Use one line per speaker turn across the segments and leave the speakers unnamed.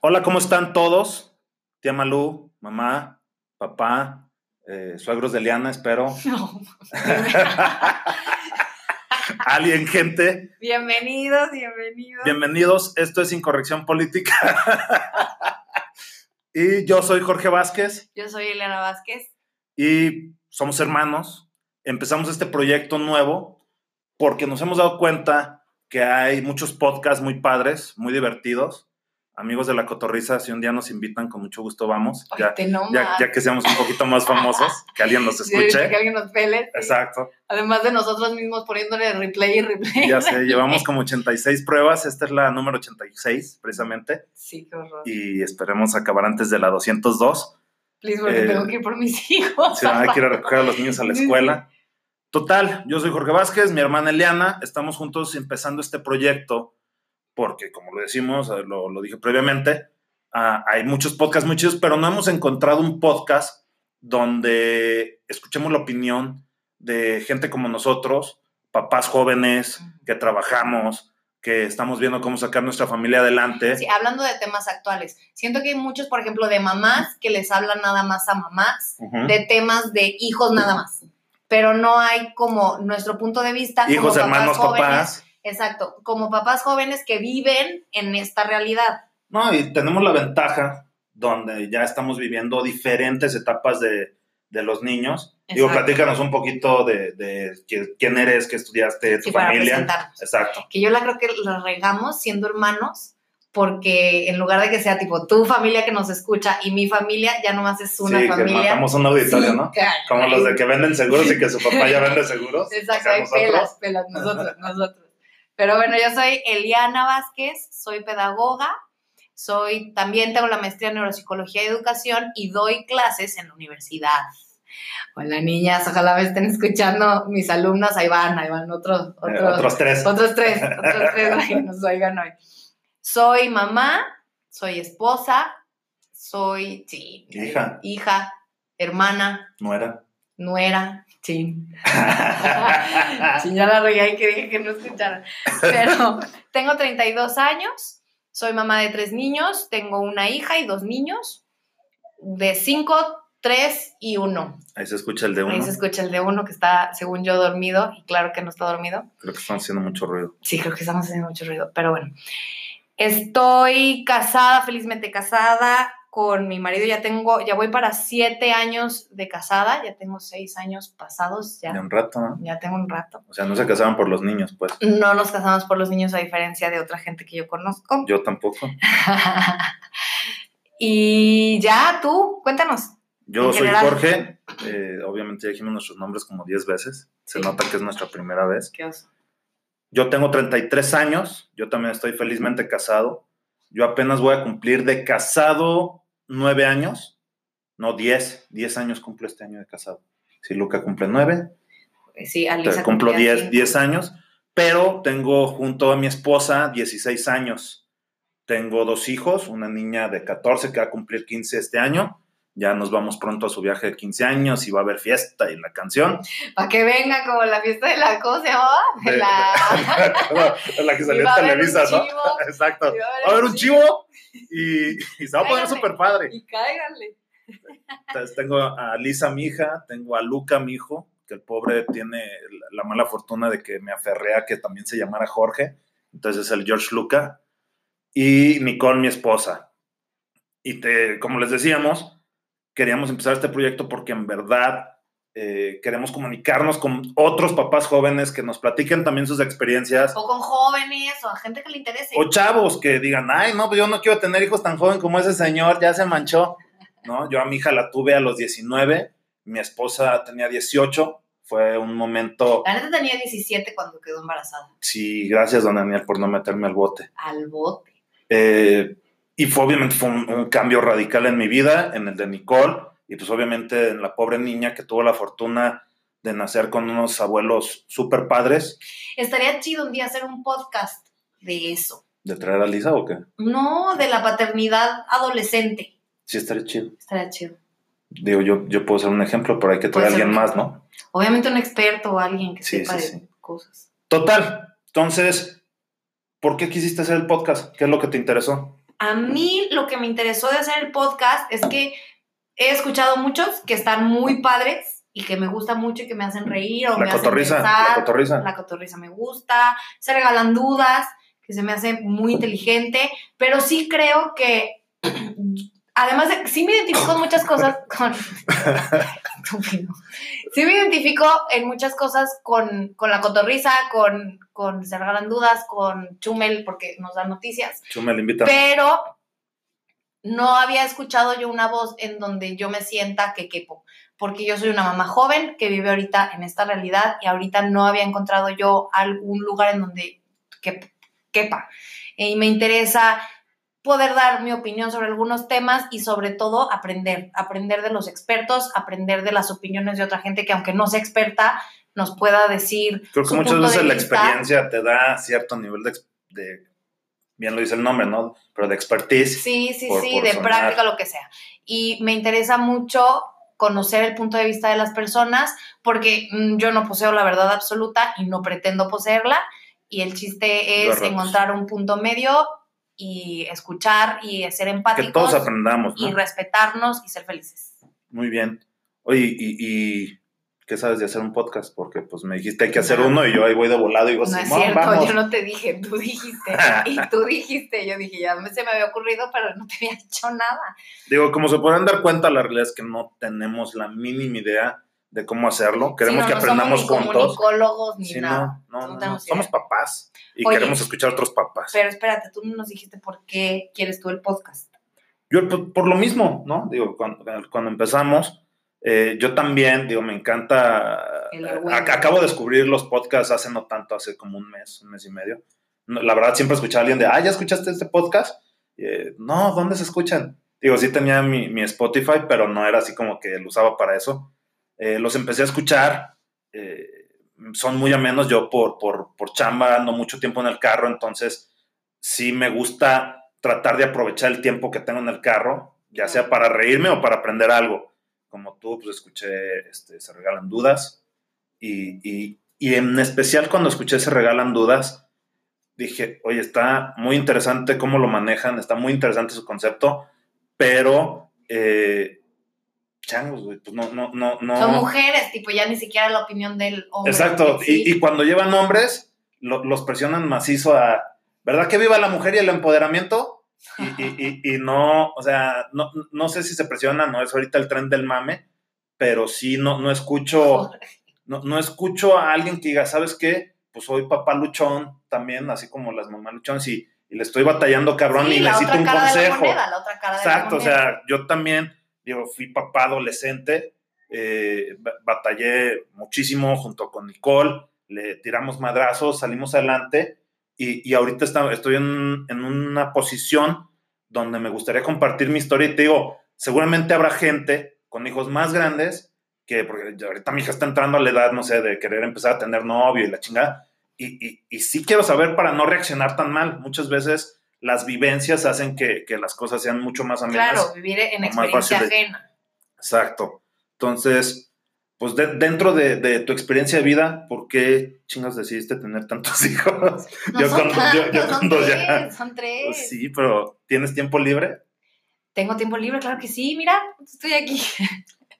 Hola, ¿cómo están todos? Tía Malú, mamá, papá, eh, suegros de Liana, espero.
No.
Alien, gente.
Bienvenidos, bienvenidos.
Bienvenidos, esto es Incorrección Política. y yo soy Jorge Vázquez
Yo soy Elena Vázquez.
y somos hermanos. Empezamos este proyecto nuevo porque nos hemos dado cuenta que hay muchos podcasts muy padres, muy divertidos. Amigos de la Cotorriza, si un día nos invitan, con mucho gusto vamos.
Ay,
Ya-
te no
ya,
más.
ya que seamos un poquito más famosos, que alguien nos
Sí, ahorita Que
escuche.
alguien nos pele.
Exacto,
Además de nosotros mismos poniéndole replay y replay.
ya sé, llevamos como 86 pruebas, esta es la número 86 precisamente,
Sí, qué horror.
y esperemos acabar antes de la 202,
Please, porque
Eh,
tengo que ir por mis hijos.
si no hay que ir a recoger a los niños a la escuela. Total, yo soy Jorge Vázquez, mi hermana Eliana, estamos juntos empezando este proyecto, porque como lo decimos, eh, lo, lo dije previamente, ah, hay muchos podcasts muy chidos, pero no hemos encontrado un podcast donde escuchemos la opinión de gente como nosotros, papás jóvenes que trabajamos, que estamos viendo cómo sacar nuestra familia adelante.
Sí, hablando de temas actuales, siento que hay muchos, por ejemplo, de mamás que les hablan nada más a mamás,
Ujú.
de temas de hijos nada más. Pero no hay como nuestro punto de vista.
Hijos,
como
hermanos,
jóvenes.
papás.
Exacto, como papás jóvenes que viven en esta realidad.
No, y tenemos la ventaja donde ya estamos viviendo diferentes etapas de, de los niños. Digo,
Exacto.
platícanos un poquito de, de qui- quién eres, qué estudiaste, tu
Sí, para
familia.
presentarnos.
Exacto.
Que yo la creo que la regamos siendo hermanos, porque en lugar de que sea tipo tu familia que nos escucha y mi familia, ya nomás es una
sí, que
familia.
matamos un auditorio,
Sí,
¿no?
caray.
Como los de que venden seguros y que su papá ya vende seguros. Eh,
Exacto,
O sea,
hay
nosotros.
pelas, pelas, nosotros, nosotros. Pero bueno, yo soy Eliana Vázquez, soy pedagoga, soy también tengo la maestría en neuropsicología y educación y doy clases en la universidad. Hola niñas, ojalá me estén escuchando mis alumnas, ahí van, ahí van otros,
Eh,
otros,
otros tres.
otros tres, otros tres para que nos oigan hoy. Soy mamá, soy esposa, soy sí,
Hija.
hija, hermana,
No era.
nuera, sí. Sí, ya la regué y que dije que no escucharan. Pero tengo 32 años, soy mamá de tres niños, tengo una hija y dos niños, de 5, 3 y 1.
Ahí se escucha el de
Ahí
uno.
se escucha el de uno que está, según yo, dormido, y claro que no está dormido.
Creo que están haciendo mucho ruido.
Sí, creo que estamos haciendo mucho ruido, pero bueno. Estoy casada, felizmente casada con mi marido, ya tengo, ya voy para 7 años de casada, ya tengo 6 años pasados,
De
ya,
un rato, ¿no?
ya tengo un rato.
O sea, no se casaban por los niños, pues.
No nos casamos por los niños a diferencia de otra gente que yo conozco.
Yo tampoco.
y ya, tú, cuéntanos.
Yo
En
soy
general.
Jorge. eh, obviamente ya dijimos nuestros nombres como 10 veces. Se
Sí.
nota que es nuestra primera vez.
¿Qué oso?
Yo tengo 33 años. Yo también estoy felizmente casado. Yo apenas voy a cumplir de casado 9 años. No, 10. 10 años cumplo este año de casado. Si Luca cumple 9,
Sí, Alisa.
cumplo
cumplía
10,
cinco.
10 años, pero tengo junto a mi esposa 16 años. Tengo dos hijos, una niña de 14 que va a cumplir 15 este año. Ya nos vamos pronto a su viaje de 15 años y va a haber fiesta y la canción.
Para que venga como la fiesta de la cosa, ¿no? De
De-
la...
la que salió
Y va a
en
haber un
Televisa, ¿no?
chivo.
Exacto.
Y
Va a haber un chivo y, y se va a poner
Cáiganle.
súper padre.
Y cáiganle.
Entonces, tengo a Lisa, mi hija, tengo a Luca, mi hijo, que el pobre tiene la- la mala fortuna de que me aferré a que también se llamara Jorge. Entonces, el George Luca. Y Nicole, mi esposa. Y te, como les decíamos, queríamos empezar este proyecto porque en verdad eh, queremos comunicarnos con otros papás jóvenes que nos platiquen también sus experiencias.
O con jóvenes, o a gente que le interese.
O chavos que digan, ay, no, pues yo no quiero tener hijos tan joven como ese señor, ya se manchó. ¿No? Yo a mi hija la tuve a los 19, mi esposa tenía 18, fue un momento,
La neta tenía 17 cuando quedó embarazada.
sí, gracias don Daniel por no meterme al bote.
Al bote.
Eh, y fue obviamente fue un, un cambio radical en mi vida, en el de Nicole, y pues obviamente en la pobre niña que tuvo la fortuna de nacer con unos abuelos súper padres,
Estaría chido un día hacer un podcast de eso.
de traer a Lisa o qué.
No, de la paternidad adolescente.
Sí, estaría chido.
Estaría chido.
Digo, yo, yo puedo ser un ejemplo, pero hay que traer
Puede
a
ser
alguien
un
más, ¿no?
Obviamente un experto o alguien que
Sí,
sepa
sí,
de cosas.
Total. Entonces, ¿por qué quisiste hacer el podcast? ¿Qué es lo que te interesó?
A mí lo que me interesó de hacer el podcast es que he escuchado muchos que están muy padres y que me gusta mucho y que me hacen reír o
La
me
cotorriza,
hacen pensar.
la cotorriza.
La cotorriza me gusta, se regalan dudas, que se me hace muy inteligente, pero sí creo que, además, de, sí me identifico en muchas cosas con... Estúpido. Sí me identifico en muchas cosas con, con la cotorriza, con, con se regalan dudas, con Chumel, porque nos dan noticias,
Chumel, invita.
pero no había escuchado yo una voz en donde yo me sienta que quepo, porque yo soy una mamá joven que vive ahorita en esta realidad y ahorita no había encontrado yo algún lugar en donde que- quepa. Eh, Y me interesa poder dar mi opinión sobre algunos temas y sobre todo aprender, aprender de los expertos, aprender de las opiniones de otra gente que aunque no sea experta, nos pueda decir
Creo que
su
muchas
punto
veces
de
la
vista.
experiencia te da cierto nivel de, ex- de- bien lo dice el nombre, ¿no? Pero de expertise.
Sí, sí,
por-
sí,
por
de
sonar.
práctica, lo que sea. Y me interesa mucho conocer el punto de vista de las personas porque mm, yo no poseo la verdad absoluta y no pretendo poseerla. Y el chiste
Los
es
retos.
encontrar un punto medio y escuchar y ser
que todos
empáticos
aprendamos,
y
¿no?
respetarnos y ser felices.
Muy bien. Oye, y, y ¿qué sabes de hacer un podcast? Porque pues me dijiste hay que hacer
Nada.
uno y yo ahí voy de volado y digo,
No es
"Simón,
cierto,
Pues vamos.
yo no te dije, tú dijiste. y tú dijiste, yo dije, ya se me había ocurrido, pero no te había dicho nada.
Digo, como se podrán dar cuenta, la realidad es que no tenemos la mínima idea de cómo hacerlo. Queremos
Sí,
que
no, no somos
aprendamos
ni
juntos.
comunicólogos ni
Sí,
nada.
no, no,
no
no, no.
tenemos
Somos
idea.
papás y
Oye.
queremos escuchar a otros papás.
Pero espérate, tú no nos dijiste por qué quieres tú el podcast.
Yo por, por lo mismo, ¿no? Digo, cuando, cuando empezamos, eh, yo también, digo, me encanta...
El
eh,
argüende.
ac- acabo de descubrir los podcasts hace no tanto, hace como un mes, un mes y medio. No, la verdad, siempre escuchaba a alguien de, ah, ¿ya escuchaste este podcast? Y, eh, no, ¿dónde se escuchan? Digo, sí tenía mi, mi Spotify, pero no era así como que lo usaba para eso. Eh, los empecé a escuchar, eh, son muy amenos, yo por, por, por chamba, no mucho tiempo en el carro, entonces sí me gusta tratar de aprovechar el tiempo que tengo en el carro, ya sea para reírme o para aprender algo. Como tú, pues escuché, este, se regalan dudas y, y- y en especial cuando escuché se regalan dudas, dije, oye, está muy interesante cómo lo manejan, está muy interesante su concepto, pero... eh, changos, güey, pues no, no, no, no.
Son mujeres, tipo, ya ni siquiera la opinión del hombre.
Exacto.
porque sí.
Y, y cuando llevan hombres, lo- los presionan macizo a. ¿Verdad que viva la mujer y el empoderamiento? Y, y- y- y no, o sea, no, no sé si se presiona, no es ahorita el tren del mame, pero sí no, no escucho, no, no escucho a alguien que diga, ¿sabes qué? Pues soy papá luchón también, así como las mamás luchones, y, y le estoy batallando cabrón
Sí,
y
la
necesito
otra
un
cara De la
consejo.
moneda, la otra cara
Exacto, o
de la moneda.
sea, yo también, digo, fui papá adolescente, eh, ba- batallé muchísimo junto con Nicole, le tiramos madrazos, salimos adelante y, y ahorita está- estoy en, en una posición donde me gustaría compartir mi historia y te digo, seguramente habrá gente con hijos más grandes que, porque ya ahorita mi hija está entrando a la edad, no sé, de querer empezar a tener novio y la chingada, y, y, y sí quiero saber para no reaccionar tan mal, muchas veces las vivencias hacen que, que las cosas sean mucho más amenas.
Claro, vivir en
más
experiencia
fácil de-
ajena.
Exacto. Entonces, pues de- dentro de, de tu experiencia de vida, ¿por qué chingas decidiste tener tantos hijos?
No
Yo
son
cuando- yo- yo
tantos, son
cuando ya-
tres, son tres.
Sí, pero ¿tienes tiempo libre?
Tengo tiempo libre, claro que sí, mira, estoy aquí.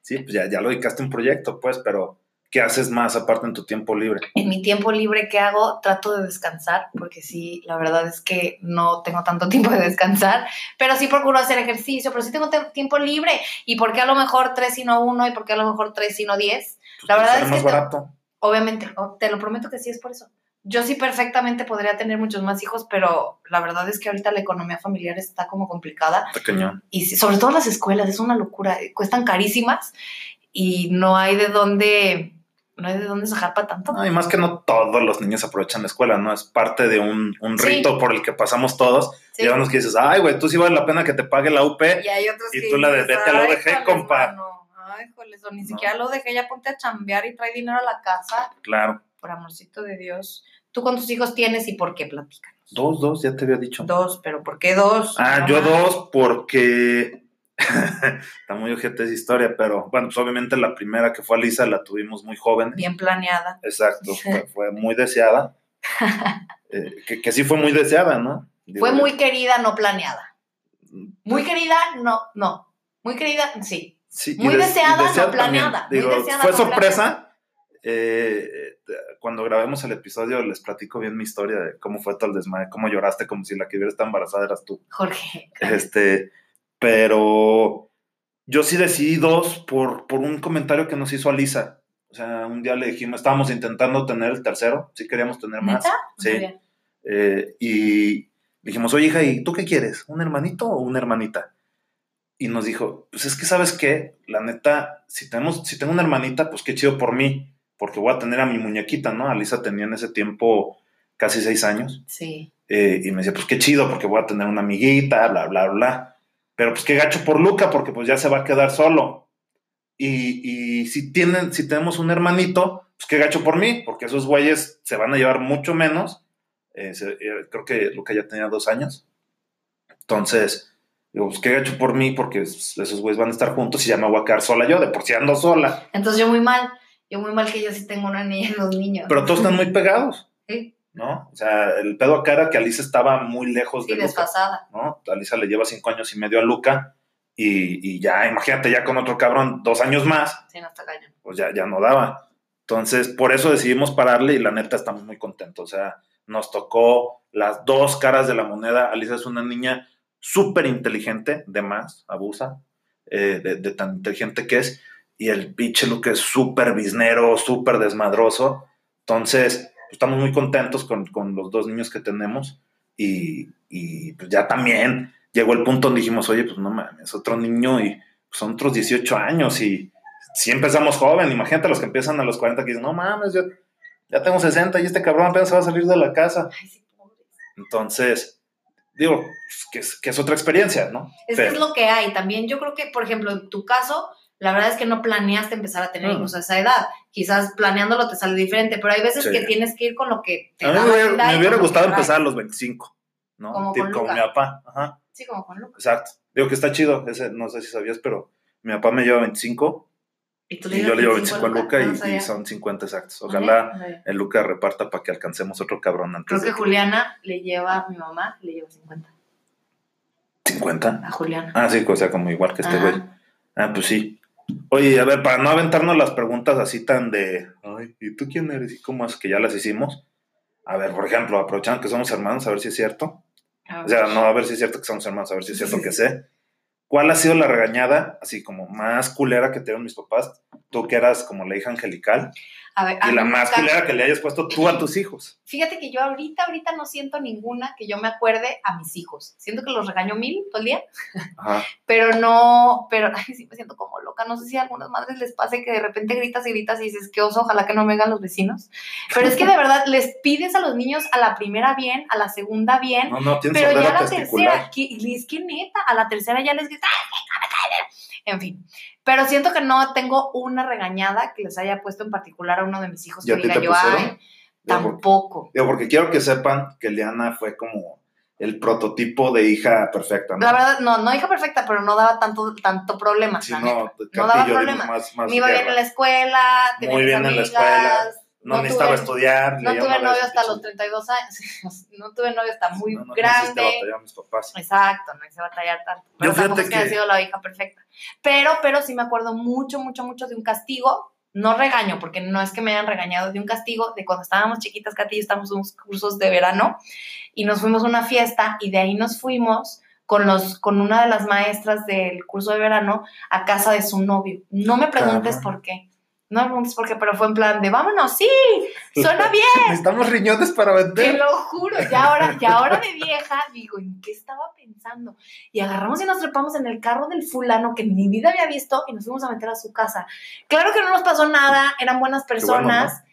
Sí, pues ya, ya lo dedicaste a un proyecto, pues, pero ¿qué haces más aparte en tu tiempo libre? Pues,
En mi tiempo libre que hago, trato de descansar, porque sí, la verdad es que no tengo tanto tiempo de descansar, pero sí procuro hacer ejercicio, pero sí tengo te- tiempo libre. ¿Y por qué a lo mejor tres y no uno? ¿Y por qué a lo mejor tres y no diez?
Pues,
La
te
verdad
sale
es
más
que te-
barato.
Obviamente, o- te lo prometo que sí es por eso. Yo sí perfectamente podría tener muchos más hijos, pero la verdad es que ahorita la economía familiar está como complicada
Está cañón.
y sí, sobre todo las escuelas, es una locura, eh, cuestan carísimas y no hay de dónde, no hay de dónde sacar para tanto.
No, y más que no todos los niños aprovechan la escuela, ¿no? Es parte de un, un
Sí.
rito por el que pasamos todos.
Sí.
Y hay unos que dices, ay, güey, tú sí vale la pena que te pague la UP.
Y hay otros
Y
que
tú la de,
dices,
"Vete a la
"Ay,
ODG,
joles,
compa".
mano, Ay, joles, o ni
No.
siquiera lo dejé, ya ponte a chambear y trae dinero a la casa,
Claro.
por amorcito de Dios. ¿Tú cuántos hijos tienes y por qué platican?
Dos, dos, ya te había dicho.
Dos, pero ¿por qué dos?
Ah,
No
yo
más.
dos porque está muy ojete esa historia, pero bueno, pues obviamente la primera que fue a Lisa la tuvimos muy joven.
Bien planeada.
Exacto, fue, fue muy deseada. Eh, que, que sí fue muy deseada, ¿no? Digo,
Fue muy querida, no planeada.
Mm.
Muy querida, no, no. Muy querida, sí.
Sí,
Muy
des-
deseada, no
deseada
planeada, muy
Digo,
deseada,
fue
no
sorpresa. Eh, eh, cuando grabemos el episodio les platico bien mi historia de cómo fue todo el desmadre, cómo lloraste como si la que hubiera estado embarazada eras tú.
Jorge.
Este, pero yo sí decidí dos por, por un comentario que nos hizo Alisa. O sea, un día le dijimos, estábamos intentando tener el tercero, sí queríamos tener más.
¿Neta?
Sí.
Muy bien.
Eh, y dijimos, oye hija, ¿y tú qué quieres? ¿Un hermanito o una hermanita? Y nos dijo, pues es que sabes qué, la neta, si, tenemos, si tengo una hermanita, pues qué chido por mí, porque voy a tener a mi muñequita, ¿no? Alisa tenía en ese tiempo casi seis años.
Sí.
Eh, y me decía, pues qué chido, porque voy a tener una amiguita, bla, bla, bla. Pero pues qué gacho por Luca, porque pues ya se va a quedar solo. Y, y si, tienen, si tenemos un hermanito, pues qué gacho por mí, porque esos güeyes se van a llevar mucho menos. Eh, se- eh, creo que Luca ya tenía dos años. Entonces, digo, pues qué gacho por mí, porque es- esos güeyes van a estar juntos y ya me voy a quedar sola yo, de por si ando sola.
Entonces yo muy mal. Yo muy mal que yo sí tengo una niña y dos niños.
Pero todos están muy pegados,
Sí,
¿no? O sea, el pedo acá era que Alice estaba muy lejos
sí
de Luca.
desfasada.
¿no? Alisa le lleva cinco años y medio a Luca y, y ya, imagínate, ya con otro cabrón dos años más,
Sí, no está cañón.
pues ya, ya no daba. Entonces, por eso decidimos pararle y la neta estamos muy contentos. O sea, nos tocó las dos caras de la moneda. Alisa es una niña súper inteligente, de más, abusa eh, de, de tan inteligente que es. Y el pinche Luca es súper biznero, súper desmadroso. Entonces, estamos muy contentos con, con los dos niños que tenemos. Y, y, pues ya también llegó el punto donde dijimos, oye, pues no mames, otro niño y son otros 18 años y si empezamos joven, imagínate los que empiezan a los 40 que dicen, no mames, yo ya tengo 60 y este cabrón apenas se va a salir de la casa.
Ay, sí, pobre.
Entonces, digo, pues, que es, que es otra experiencia, ¿no?
Es
Pero-
que es lo que hay. También yo creo que, por ejemplo, en tu caso, la verdad es que no planeaste empezar a tener
Mm.
hijos a esa edad. Quizás planeándolo te sale diferente, pero hay veces
Sí.
que tienes que ir con lo que te
A mí
da
me
la
hubiera,
vida
me
y
hubiera
con lo
gustado
que traes.
empezar a los 25, ¿no?
Como
Tipo,
con
como mi
Luca.
papá. Ajá,
Sí, como con Lucas.
exacto. Digo que está chido, ese, no sé si sabías, pero mi papá me lleva 25
Y, tú
y yo le llevo 25
25
a Luca
no
y,
sabía.
y son 50 exactos.
Ok,
Ojalá
no sabía.
el Luca reparta para que alcancemos otro cabrón antes
Creo que
de
Juliana le lleva a mi mamá, le llevo 50.
50.
A Juliana.
Ah, sí, o sea, como igual que este
Ajá.
güey. Ah, pues sí. Oye, a ver, para no aventarnos las preguntas así tan de, ay, ¿y tú quién eres? ¿Y cómo es que ya las hicimos? A ver, por ejemplo, aprovechando que somos hermanos, a ver si es cierto.
Ah, A ver.
O sea, no, a ver si es cierto que somos hermanos, a ver si es cierto que sé. ¿Cuál ha sido la regañada, así como más culera que te dieron mis papás? Tú que eras como la hija angelical
A ver, a
y la
mí
más
nunca-
culera que le hayas puesto tú a tus hijos.
Fíjate que yo ahorita, ahorita no siento ninguna que yo me acuerde a mis hijos. Siento que los regaño mil todo el día,
Ajá.
pero no, pero ay, sí me siento como loca. No sé si a algunas madres les pase que de repente gritas y gritas y dices, qué oso, ojalá que no vengan los vecinos. Pero es que de verdad les pides a los niños a la primera bien, a la segunda bien,
No, no, tienes
Pero ya
sordera
a la
testicular.
tercera, que- y es que neta, a la tercera ya les gritas, "Ay, cállate, cállate". en fin. Pero siento que no tengo una regañada que les haya puesto en particular a uno de mis hijos
¿Y
que
a ti
diga
te
pues, yo,
pusieron?
ay,
Digo, porque-
tampoco.
digo, porque quiero que sepan que Liana fue como el prototipo de hija perfecta, ¿no?
La verdad, no, no hija perfecta, pero no daba tanto, tanto problema.
Si
la neta.
no,
No daba
Cartillo, digo,
problema.
más, más
Me iba bien
guerra.
en la escuela, tenía
Muy
mis
bien en la
amigas,
escuela, No, necesitaba
tuve,
estudiar.
No
leía
tuve
una vez
novio
un
hasta
pinche-
los 32 años, no tuve novio hasta muy
No, no, no hiciste
grande.
batallar a mis papás.
Exacto, no hice batallar tanto. Pero
fíjate
tampoco es que
que-
haya sido la hija perfecta. Pero, pero sí me acuerdo mucho, mucho, mucho de un castigo. No regaño, porque no es que me hayan regañado de un castigo de cuando estábamos chiquitas, Katy y yo estábamos en unos cursos de verano y nos fuimos a una fiesta y de ahí nos fuimos con, los, con una de las maestras del curso de verano a casa de su novio. No me preguntes
Ajá.
por qué. No me preguntes por qué, pero fue en plan de vámonos, sí, suena bien.
Necesitamos riñones para
Te
vender.
lo juro, ya ahora, ya ahora de vieja, digo, ¿en qué estaba pensando? Y agarramos y nos trepamos en el carro del fulano que en mi vida había visto y nos fuimos a meter a su casa. Claro que no nos pasó nada, eran buenas personas,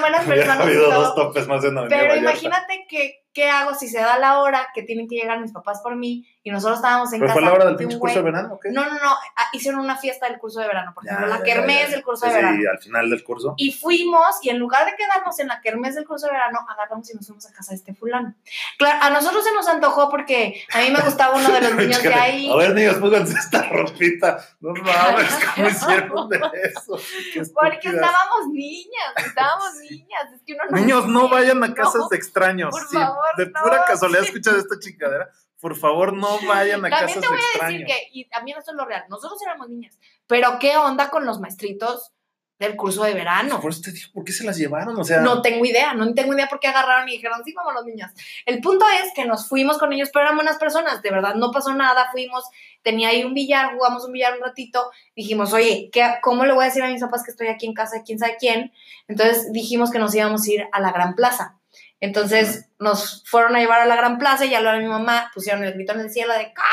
buenas
Hubiera
personas. y
habido
todo,
dos topes más en Avenida
pero
Vallarta.
imagínate que, qué hago si se da la hora que tienen que llegar mis papás por mí y nosotros estábamos en
¿Pero
casa.
fue la hora del
de
pinche
un
curso de
güey.
verano o qué?
No, no, no, ah, hicieron una fiesta del curso de verano, por
Ya,
ejemplo, la
ya, ya,
Kermés
ya.
del curso de
Sí,
verano.
al final del curso.
Y fuimos, y en lugar de quedarnos en la kermés del curso de verano, agarramos y nos fuimos a casa de este fulano. Claro, a nosotros se nos antojó porque a mí me gustaba uno de los niños de ahí.
A ver, niños, pónganse esta ropita. No mames, ¿cómo hicieron de eso? Qué
Porque
estúpidas.
estábamos niñas, estábamos niñas. Es que uno no
Niños, no vayan a
Este, no.
casas de extraños.
por
Sí,
favor,
de
no.
pura casualidad escuchan esta chingadera. por favor no vayan a casas
También te voy
de
a decir
extraños.
que, y también esto es lo real, nosotros éramos niñas, pero ¿qué onda con los maestritos del curso de verano?
Por eso te digo, ¿por qué se las llevaron? O sea,
No tengo idea, no tengo idea por qué agarraron y dijeron, sí, vamos los niños. El punto es que nos fuimos con ellos, pero eran buenas personas, de verdad, no pasó nada, fuimos, tenía ahí un billar, jugamos un billar un ratito, dijimos, oye, ¿qué, ¿cómo le voy a decir a mis papás que estoy aquí en casa de quién sabe quién? Entonces dijimos que nos íbamos a ir a la Gran Plaza. Entonces nos fueron a llevar a la Gran Plaza y hablaron a mi mamá, pusieron el grito en el cielo de, "¡Ah!".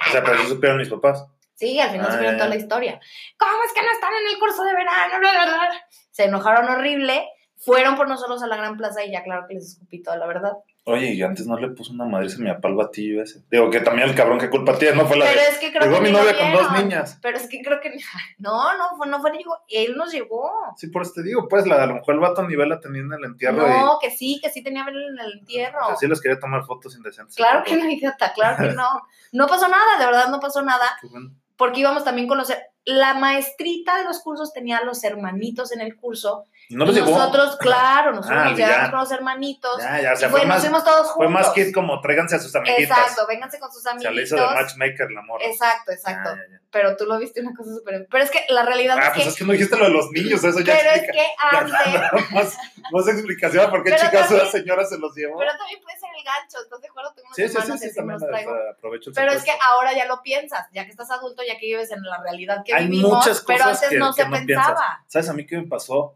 o sea, pero eso supieron mis papás.
sí, al final
Ah,
supieron
ya,
toda
ya.
la historia. ¿Cómo es que no están en el curso de verano? Bla, bla, bla. Se enojaron horrible. Fueron por nosotros a la Gran Plaza y ya claro que les escupí toda la verdad.
Oye, y antes no le puso una madriza a mi papá al batillo ese. Digo que también el cabrón, ¿qué culpa tiene? No fue la
Pero
de.
es que creo
eh, Llegó
que
mi
ni lo
novia con dos
vieron.
niñas.
Pero es que creo que no, no, fue- no fue llegó, él nos llegó.
Sí, por eso te digo, pues, la, a lo mejor el vato ni vela tenía en el entierro. y,
No, que sí, que sí tenía velo en el entierro.
Así les quería tomar fotos indecentes.
Claro que no, idiota, claro que no. No pasó nada, de verdad no pasó nada.
Qué bueno.
porque íbamos también con los... La maestrita de los cursos tenía a los hermanitos en el curso.
Y no
y
los llevó.
nosotros, claro, nosotros
Ah,
nos
ya.
llevamos con los hermanitos.
Ya, ya, o sea,
y
fue,
bueno,
más,
nos fuimos todos juntos.
fue más que como tráiganse a sus amiguitas.
Exacto, vénganse con sus
O
amiguitos.
sea, le hizo de matchmaker la morra.
Exacto, Ah, exacto.
Ya, ya, ya.
Pero tú lo viste una cosa súper... em, Pero es que la realidad
Ah,
es
pues
que...
es que no dijiste lo de los niños, eso ya
pero es
explica.
que antes...
más, más explicación por qué
Pero
chicas
también-
o señoras se los llevó.
Pero también puede ser el gancho, ¿estás de acuerdo? Tengo unas
sí, sí, sí,
hermanas
sí,
y así me
también
los traigo.
o sea, aprovecho el
Pero es que
secuestro.
ahora ya lo piensas, ya que estás adulto, ya que vives en la realidad que
Hay
vivimos,
muchas
pero
cosas
antes
que-
no
que
se
no piensas.
pensaba.
¿Sabes a mí qué me pasó?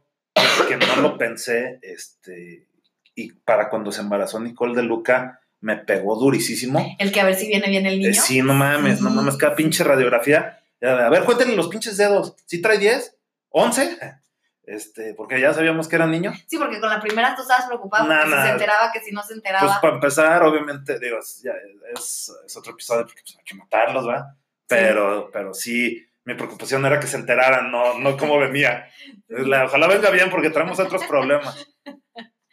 que no lo pensé, este, y para cuando se embarazó Nicole de Luca, me pegó durísimo.
El que a ver si viene bien el
Eh,
niño.
sí, no mames, no
Sí.
mames, cada pinche radiografía. era de, A ver, cuéntenle los pinches dedos. ¿Sí trae 10? ¿11? Este, porque ya sabíamos que era niño.
Sí, porque con la primera tú estabas preocupado
Nah,
porque si
nah.
se enteraba que si no se
Pues
enteraba.
para empezar, obviamente, digo, es, ya, es, es otro episodio porque pues, hay que matarlos, ¿verdad? Pero, pero sí, mi preocupación era que se enteraran, no, no cómo venía. La- ojalá venga bien porque traemos otros problemas.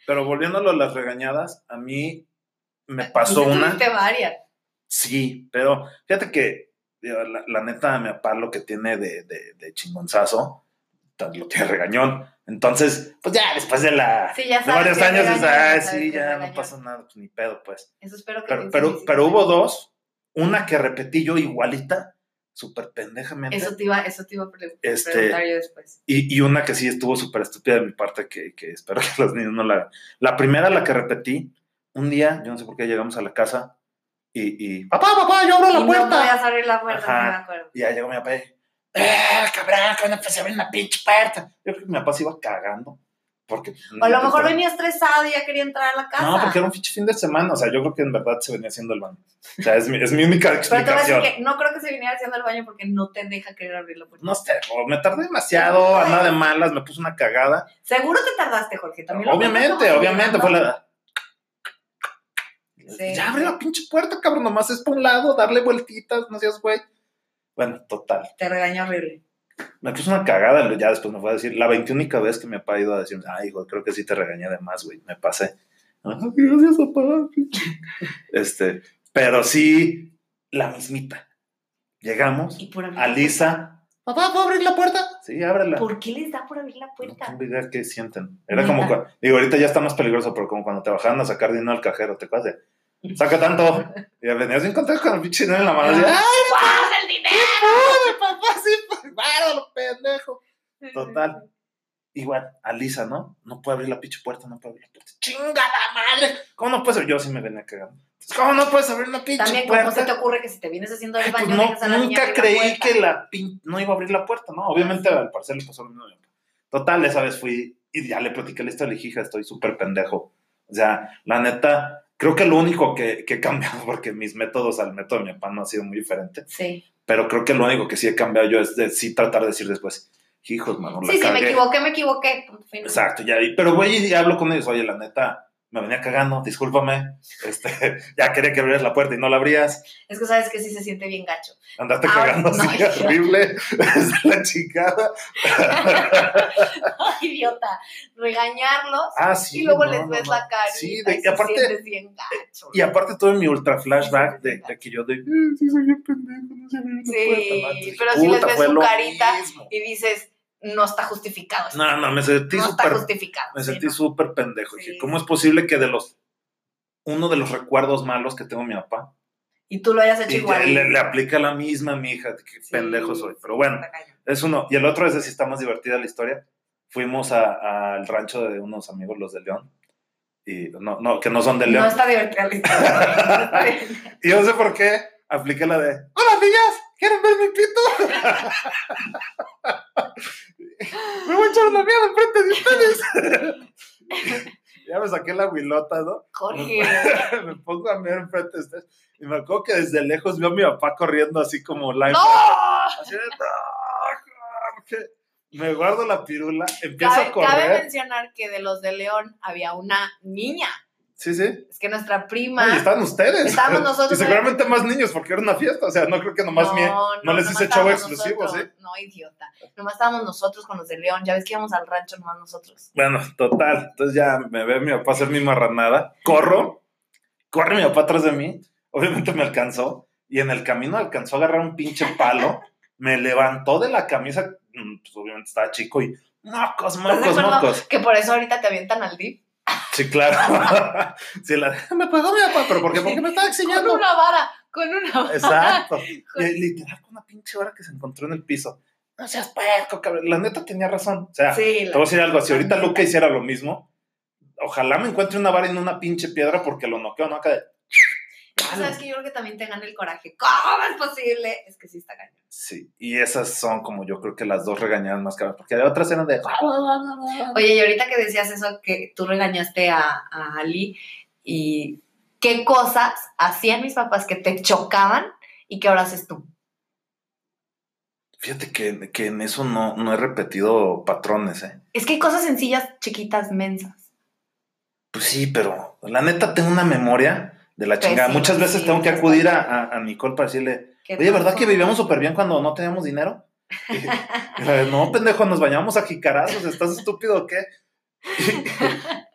Pero volviéndolo a las regañadas, a mí me Pues pasó
Y tú
una.
tuviste varias.
Sí, pero fíjate que digo, la, la neta me apalo que tiene de, de, de chingonzazo, tan- lo tiene regañón. Entonces, pues ya después de la.
Sí, ya
de
sabes
varios
que es
años,
regañón,
dices, ay,
sabes
sí,
que es
ya no
regañón".
pasa nada, pues ni pedo, pues.
Eso espero que te
Pero, pero,
insulte.
pero hubo dos. Una que repetí yo igualita, súper pendejamente.
Eso te iba, eso te iba a pre-
Este-
preguntar yo después.
Y, y una que sí estuvo súper estúpida de mi parte, que, que espero que los niños no la hagan. La primera, la que repetí, un día, yo no sé por qué llegamos a la casa y. y ¡Papá, papá, yo abro
Y
la
no
puerta!
podías abrir la puerta,
Ajá.
no me acuerdo.
y ya llegó mi papá y. ¡Eh, cabrón! que no se abrir la pinche puerta? Yo creo que mi papá se iba cagando. Porque.
O a lo mejor venía estresado y ya quería entrar a la casa.
No, porque era un pinche fin de semana. O sea, yo creo que en verdad se venía haciendo el baño. O sea, es mi, es mi única
Pero te voy a decir
explicación.
que no creo que se viniera haciendo el baño porque no te deja querer abrir la puerta.
no sé, o me tardé demasiado, andaba de malas, me puse una cagada.
Seguro te tardaste, Jorge. También lo cuentas
obviamente,
como
obviamente,
llegando.
fue la.
Sí.
Ya abre la pinche puerta, cabrón, nomás es para un lado, darle vueltitas, no seas güey. Bueno, total.
Te regañó horrible.
Me puse una cagada, ya después me fue a decir, la veintiúnica vez que mi papá ha ido a decirme, ay, hijo, creo que sí te regañé de más, güey, me pasé. Ah, Ay, Gracias, papá. Este, pero sí, la mismita. Llegamos,
Y por abrir la
Alisa, papá, ¿puedo abrir la puerta? Sí, ábrela.
puerta. ¿Por qué les da por abrir la
No
puerta?
tengo idea qué sienten. Era
Neta.
como, cua- digo, ahorita ya está más peligroso, pero como cuando te bajaban a sacar dinero al cajero, te pase. Saca tanto. Y venías bien contento con el pinche dinero en la mano. así, "Ah, ¡Ay,
¡Guarda el dinero!
papá, sí, pues, bárbaro, pendejo! Total. Igual, Alisa, ¿no? No puede abrir la pinche puerta, no puede abrir la puerta. ¡Chinga la madre! ¿Cómo no puedes abrir? Yo sí me venía cagando. ¿Cómo no puedes abrir la pinche
También,
puerta?
¿cómo se te ocurre que si te vienes haciendo el
Pues
baño,
no,
dejas a la niña
nunca
abrir la
creí
puerta?
que la pin- no iba a abrir la puerta, ¿no? Obviamente al parecer le pasó lo mismo. a mi papá. Total, esa vez fui y ya le platiqué la historia, le dije, hija, estoy súper pendejo. O sea, la neta, creo que lo único que, que he cambiado, porque mis métodos al método de mi papá no ha sido muy diferente,
Sí.
pero creo que lo único que sí he cambiado yo es de sí tratar de decir después, hijos, mano, la
Sí, sí, me
cagué".
equivoqué, me equivoqué. punto final.
Exacto, ya, y- pero voy y hablo con ellos, oye, la neta, me venía cagando, discúlpame, este, ya quería que abrieras la puerta y no la abrías,
Es que sabes que sí se siente bien gacho.
Andaste
Ah,
cagando
no,
así,
ya.
horrible. Es la chingada.
Ay, idiota. Regañarlos
Ah, sí.
y luego
no,
les
no,
ves
no.
la cara.
Sí, de-
y
y aparte.
Te sientes bien gacho.
Y aparte tuve mi ultra flashback de, de que yo de, "Eh, sí soy bien pendejo, no se abrió la
Sí,
puerta", ¿no? Entonces,
pero sí les
puta,
ves
fue
su
lo
carita.
mismo.
Y dices, no está justificado. esto.
No, no, me sentí
No está
súper,
justificado.
me
sí,
sentí
¿no?
súper pendejo. Dije,
Sí.
¿cómo es posible que de los, uno de los recuerdos malos que tengo de mi papá
Y tú lo hayas hecho
Y ya
igual.
le, le aplica la misma, mi hija, qué
Sí.
pendejo soy. Pero bueno,
Está cañón.
es uno. Y el otro es de si está más divertida la historia. Fuimos a- al rancho de unos amigos, los de León. Y no, no, que no son de
No
León.
está divertida la historia.
Y no sé por qué apliqué la de ¡Hola, niñas! ¿Quieren ver mi pito? ¡Me voy a echar la mierda enfrente de ustedes! ya me saqué la huilota, ¿no?
Jorge.
me pongo a mirar enfrente de ustedes. Y me acuerdo que desde lejos veo a mi papá corriendo así como live.
¡No!
Así de, "No, Jorge". Me guardo la pirula, empiezo
Cabe,
a
cabe
correr.
mencionar que de los de León había una niña.
Sí, sí.
Es que nuestra prima.
Y están ustedes.
Estábamos nosotros.
Y seguramente más niños porque era una fiesta. O sea, no creo que nomás mi- no les
nomás
hice show
estábamos
exclusivo,
nosotros. No, idiota. Nomás estábamos nosotros con los de León. Ya ves que íbamos al rancho nomás nosotros.
Bueno, total. Entonces ya me ve mi papá hacer mi marranada. Corro. Corre mi papá atrás de mí. Obviamente me alcanzó. Y en el camino alcanzó a agarrar un pinche palo. Me levantó de la camisa. mm, Pues obviamente estaba chico y. Mocos,
¿Estás
mocos,
de acuerdo?
mocos.
Que por eso ahorita te avientan al DIP.
Sí, claro. Sí, la- me pegó mi papá, pero ¿por qué? ¿Por qué me estaba
Con
exhibiendo?
una vara. Con una vara.
Exacto. Y ahí, literal, con una pinche hora que se encontró en el piso. No seas puerco, cabrón. La neta tenía razón. O sea,
Sí,
Te
la-
voy a decir algo, si ahorita Luca hiciera lo mismo, ojalá me encuentre una vara en una pinche piedra porque lo noqueo, ¿no? Acá de-
Tú sabes que yo creo que también te gana el coraje. ¿Cómo es posible? Es que sí está cañón.
Sí, y esas son como yo creo que las dos regañadas más caras, porque hay otras eran de... "Ah,
Oye, y ahorita que decías eso, que tú regañaste a, a Ali, y qué cosas hacían mis papás que te chocaban y que ahora haces tú.
Fíjate que, que en eso no, no he repetido patrones, ¿eh?
Es que hay cosas sencillas, chiquitas, mensas.
Pues sí, pero la neta tengo una memoria de la
Pésima,
chingada. Muchas veces
sí,
tengo que
muchas
acudir a,
veces.
a- a Nicole para decirle,
¿Qué
oye, ¿verdad
pasó?
que vivíamos súper bien cuando no teníamos dinero? Y- y la de, no, pendejo, nos bañábamos a jicarazos, ¿estás estúpido o qué?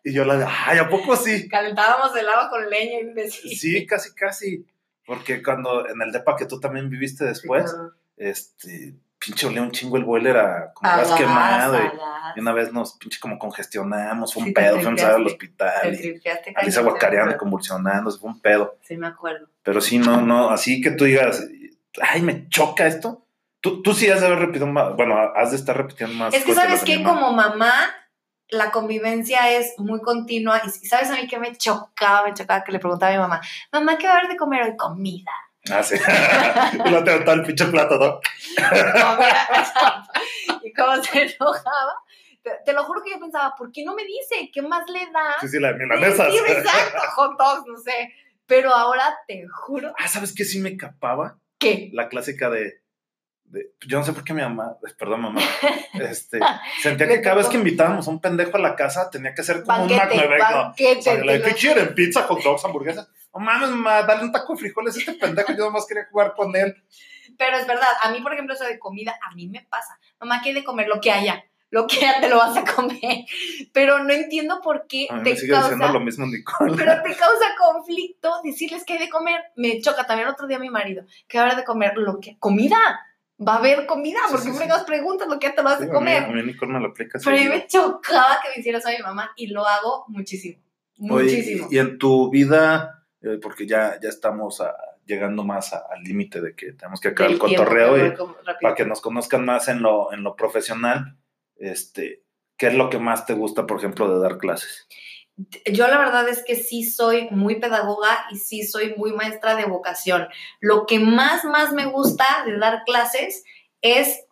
Y, y yo la de, ay, ¿a poco sí?
Calentábamos el agua con leña, imbécil.
Sí, casi, casi. Porque cuando en el depa que tú también viviste después, este, pinche olía un chingo el boiler a como
Ah,
gas
la
quemado.
vas,
Y,
la-
y una vez nos pinche como congestionamos, fue un
Sí, te
pedo, fuimos al
tripeaste. Te
hospital. Y
tripeaste,
Alicia
cañón,
guacareando,
sí me acuerdo.
convulsionándose, fue un pedo.
Sí, me acuerdo.
Pero sí, no, no, así que tú digas, ay, me choca esto. Tú, tú sí has de haber repetido más, bueno, has de estar repitiendo más.
Es que
cosas
sabes
las de
que
mi mamá.
como mamá la convivencia es muy continua y y sabes a mí que me chocaba, me chocaba que le preguntaba a mi mamá, mamá, ¿qué va a haber de comer hoy? Comida.
Ah, sí. y luego te aventaba el pinche plato, ¿no?
Comida. y como se enojaba, te, te lo juro que yo pensaba, ¿por qué no me dice? ¿Qué más le da?
Sí, sí, la de milanesas.
Sí, exacto, hot dogs, no sé. Pero ahora te juro
ah, ¿sabes qué? Sí me capaba.
que
la clásica de, de- yo no sé por qué mi mamá, eh, perdón mamá, este, sentía
Le
que cada vez
tocó.
que invitábamos a un pendejo a la casa tenía que ser como un
banquete,
McNuggets, ¿no? O
banquete.
sea, la de,
te
¿Qué
lo-
quieren? ¿Pizza, hot dogs, hamburguesas? No mames, mamá, dale un taco de frijoles a este pendejo, yo nomás quería jugar con él.
Pero es verdad, a mí, por ejemplo, eso de comida, a mí me pasa. Mamá, ¿qué hay de comer? Lo que haya. Lo que haya te lo vas a comer. Pero no entiendo por qué
A mí me
te
sigue diciendo lo
causa.
mismo Nicole.
Pero te causa conflicto decirles qué hay de comer. Me choca también otro día mi marido. ¿Qué habrá de comer? Lo que. ¿Comida? Va a haber comida.
Sí,
porque
sí, sí.
fregados preguntas lo que ya te lo vas
Sí, a,
a
mí,
comer.
a mí Nicole me lo aplica.
Pero a mí
seguido.
me chocaba que me hicieras a mi mamá y lo hago muchísimo.
Oye,
Muchísimo.
y en tu vida, eh, porque ya, ya estamos a- llegando más a- al límite de que tenemos que acabar el,
Del tiempo,
cotorreo
pero
y,
como rápido.
para que nos conozcan más en lo, en lo profesional, este, ¿qué es lo que más te gusta, por ejemplo, de dar clases?
yo la verdad es que sí soy muy pedagoga y sí soy muy maestra de vocación. Lo que más, más me gusta de dar clases es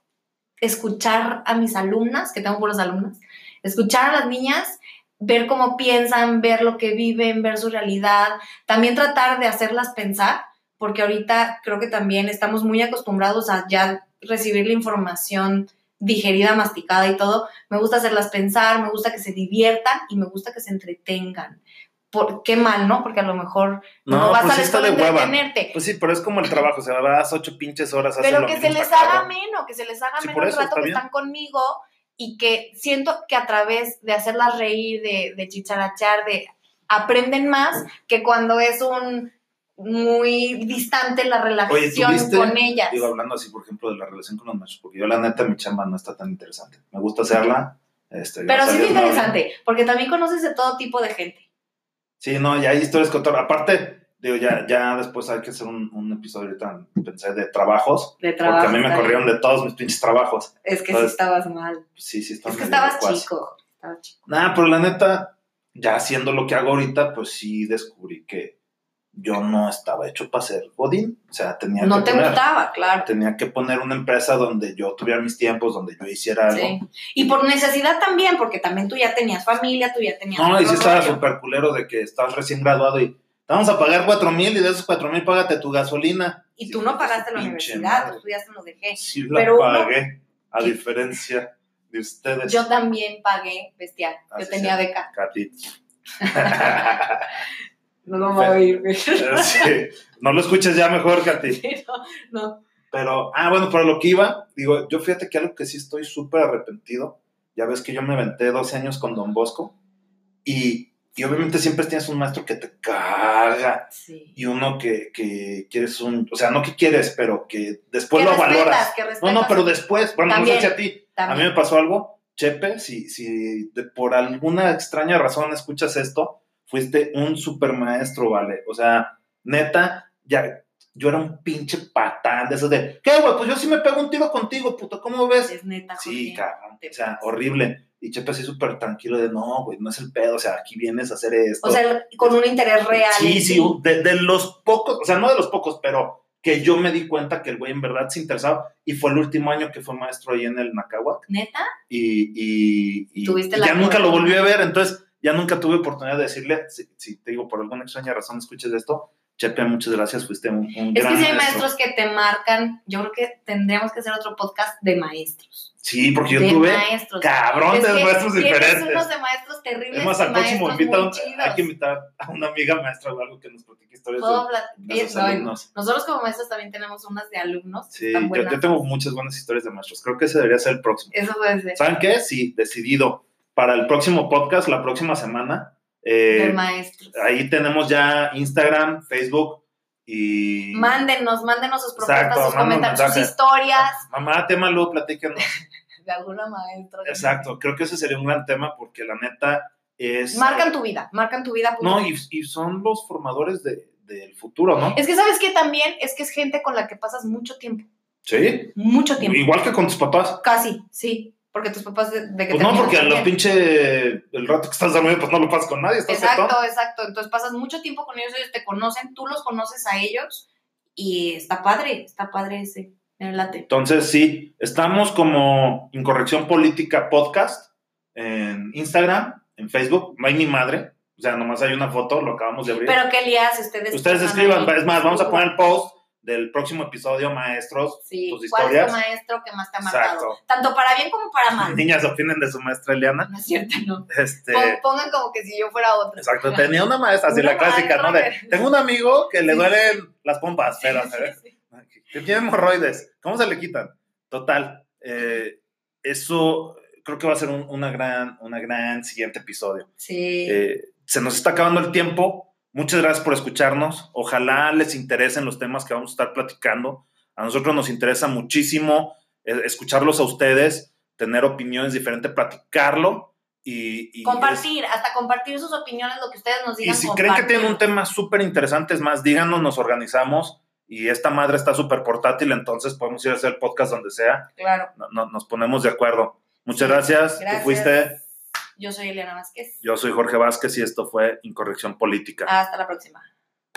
escuchar a mis alumnas, que tengo puros alumnas, escuchar a las niñas, ver cómo piensan, ver lo que viven, ver su realidad, también tratar de hacerlas pensar, porque ahorita creo que también estamos muy acostumbrados a ya recibir la información digerida, masticada y todo, me gusta hacerlas pensar, me gusta que se diviertan y me gusta que se entretengan. Por, qué mal, ¿no? Porque a lo mejor no, vas
pues
a
sí
la
está
escuela a
de hueva.
entretenerte,
Pues sí, pero es como el trabajo, o sea, vas ocho pinches horas haces
pero
lo
que se
mismo,
les
está
haga
cabrón.
menos, que se les haga
Sí, por
menos el
eso,
rato
está
que
bien.
están conmigo y que siento que a través de hacerlas reír, de, de chicharachar, de aprenden más que cuando es un muy distante la relación
¿tuviste?
con ellas.
Digo, hablando así, por ejemplo, de la relación con los machos, porque yo la neta, mi chamba no está tan interesante. Me gusta hacerla. Este,
pero
gracias
sí
a
es
Dios, no-
interesante, porque también conoces de todo tipo de gente.
Sí, no, ya hay historias con todo. Aparte, Digo, ya, ya después hay que hacer un, un episodio ahorita, pensé, de trabajos.
De trabajo.
porque a mí me corrieron de todos mis pinches trabajos.
Es que sí
Entonces-
estabas mal.
Sí, sí, estaba
Es que
medio
estabas
locuaz.
chico. Estabas chico.
Nah, pero la neta, ya haciendo lo que hago ahorita, pues sí descubrí que yo no estaba hecho para ser Godín. O sea, tenía
No
que
te
poner,
gustaba, claro.
tenía que poner una empresa donde yo tuviera mis tiempos, donde yo hiciera algo.
Sí. Y por necesidad también, porque también tú ya tenías familia, tú ya tenías.
No, y
otro
sí estaba
rollo.
súper culero de que estás recién graduado y te vamos a pagar cuatro mil y de esos cuatro mil págate tu gasolina.
Y tú no pagaste la
Pinche
universidad, tú
madre.
estudiaste en UDG.
Sí, la
Pero uno-
pagué, a diferencia de ustedes.
Yo también pagué bestial.
Así
Yo tenía beca.
Katy.
No lo voy a oír, güey.
Sí, No lo escuches ya mejor, Katy.
Pero, no.
Pero, ah, bueno, pero lo que iba, digo, yo fíjate que algo que sí estoy súper arrepentido, ya ves que yo me aventé 12 años con Don Bosco y, y obviamente siempre tienes un maestro que te caga
Sí.
y uno que, que quieres un, o sea, no que quieres, pero que después
Que
lo valoras.
respetas, que
No,
respetas
no, pero después, bueno,
También,
no sé si a ti, a mí
también.
me pasó algo, Chepe, si, si de- por alguna extraña razón escuchas esto, fuiste un super maestro, ¿vale? O sea, neta, ya, yo era un pinche patán de esos de, ¿qué, güey? Pues yo sí me pego un tiro contigo, puto, ¿cómo ves?
Es neta,
Sí,
Jorge.
cabrón,
te
o sea,
pasas.
horrible. Y Chepe así súper tranquilo de, no, güey, no es el pedo, o sea, aquí vienes a hacer esto.
O sea, con un interés real.
Sí,
en
sí,
ti.
un- de, de los pocos, o sea, no de los pocos, pero que yo me di cuenta que el güey en verdad se interesaba y fue el último año que fue maestro ahí en el Nacahuac
Neta,
y, y- y-
Tuviste
y
la
ya nunca lo
fortuna.
volví a ver, entonces ya nunca tuve oportunidad de decirle, si, si te digo por alguna extraña razón escuches esto, Chepe, muchas gracias, fuiste un, un
es que
gran
si hay
maestro.
maestros que te marcan, yo creo que tendríamos que hacer otro podcast de maestros.
Sí, porque yo
de
tuve
maestros.
cabrón
Es
de
que
maestros
tienes
diferentes.
unos de maestros terribles.
Es más,
y
al próximo
maestros
invita a
muy
un-
chidos.
hay que invitar a una amiga maestra o algo que nos platique historias de-
Puedo hablar-
de,
Bien,
sus
no,
alumnos.
Nosotros como maestros también tenemos unas de alumnos.
Sí,
tan
yo,
buenas.
yo tengo muchas buenas historias de maestros. Creo que ese debería ser el próximo.
Eso puede ser.
¿Saben qué? Sí, decidido. Para el próximo podcast, la próxima semana, eh,
de maestros.
ahí tenemos ya Instagram, Facebook y...
Mándenos, mándenos sus propuestas,
Exacto,
sus
mándenos
comentarios, sus
mensajes.
historias
Mamá, tema luego, platíquenos.
de alguna maestra.
Exacto, creo que ese sería un gran tema porque la neta es...
Marcan tu vida, marcan tu vida. punto.
No, y, y son los formadores de- del futuro, ¿no?
Es que sabes que también es que es gente con la que pasas mucho tiempo,
Sí,
mucho tiempo.
igual que con tus papás.
Casi, sí, porque tus papás de, de que
Pues no,
terminan
porque a los
también.
pinche... El rato que estás dormido, pues no lo pasas con nadie, estás jetón.
Exacto, exacto. Entonces pasas mucho tiempo con ellos, ellos te conocen, tú los conoces a ellos y está padre, está padre ese, me late.
Entonces, sí, estamos como Incorrección Política Podcast en Instagram, en Facebook. No hay ni madre. O sea, nomás hay una foto, lo acabamos de abrir.
Pero qué lías ustedes.
Ustedes escriban. Es más, vamos a poner el post del próximo episodio, maestros.
Sí,
tus
¿cuál es
historias.
tu maestro que más te ha marcado?
Exacto.
Tanto para bien como para mal.
Niñas, opinen de su maestra Eliana.
No es cierto, no.
Este,
Pon- Pongan como que si yo fuera otra.
exacto, tenía una maestra, así
Una
la clásica,
maestra
¿no? De,
que-
tengo un amigo que le
Sí.
duelen las pompas, pero
Sí,
¿sabes?
sí, sí.
Ah, que tiene hemorroides. ¿Cómo se le quitan? Total. eh, eso creo que va a ser un una gran, una gran siguiente episodio.
Sí.
Eh, se nos está acabando el tiempo. Muchas gracias por escucharnos. Ojalá les interesen los temas que vamos a estar platicando. A nosotros nos interesa muchísimo eh, escucharlos a ustedes, tener opiniones diferentes, platicarlo y, y
compartir, hasta compartir sus opiniones, lo que ustedes nos
y
digan.
si creen que tienen un
compartir.
tema súper interesante, es más, díganos, nos organizamos y esta madre está súper portátil, entonces podemos ir a hacer el podcast donde sea,
Claro.
no- no- nos ponemos de acuerdo. Muchas
Sí,
gracias, tú
Gracias.
fuiste,
Yo soy Eliana Vázquez.
yo soy Jorge Vázquez y esto fue Incorrección Política.
Hasta la próxima.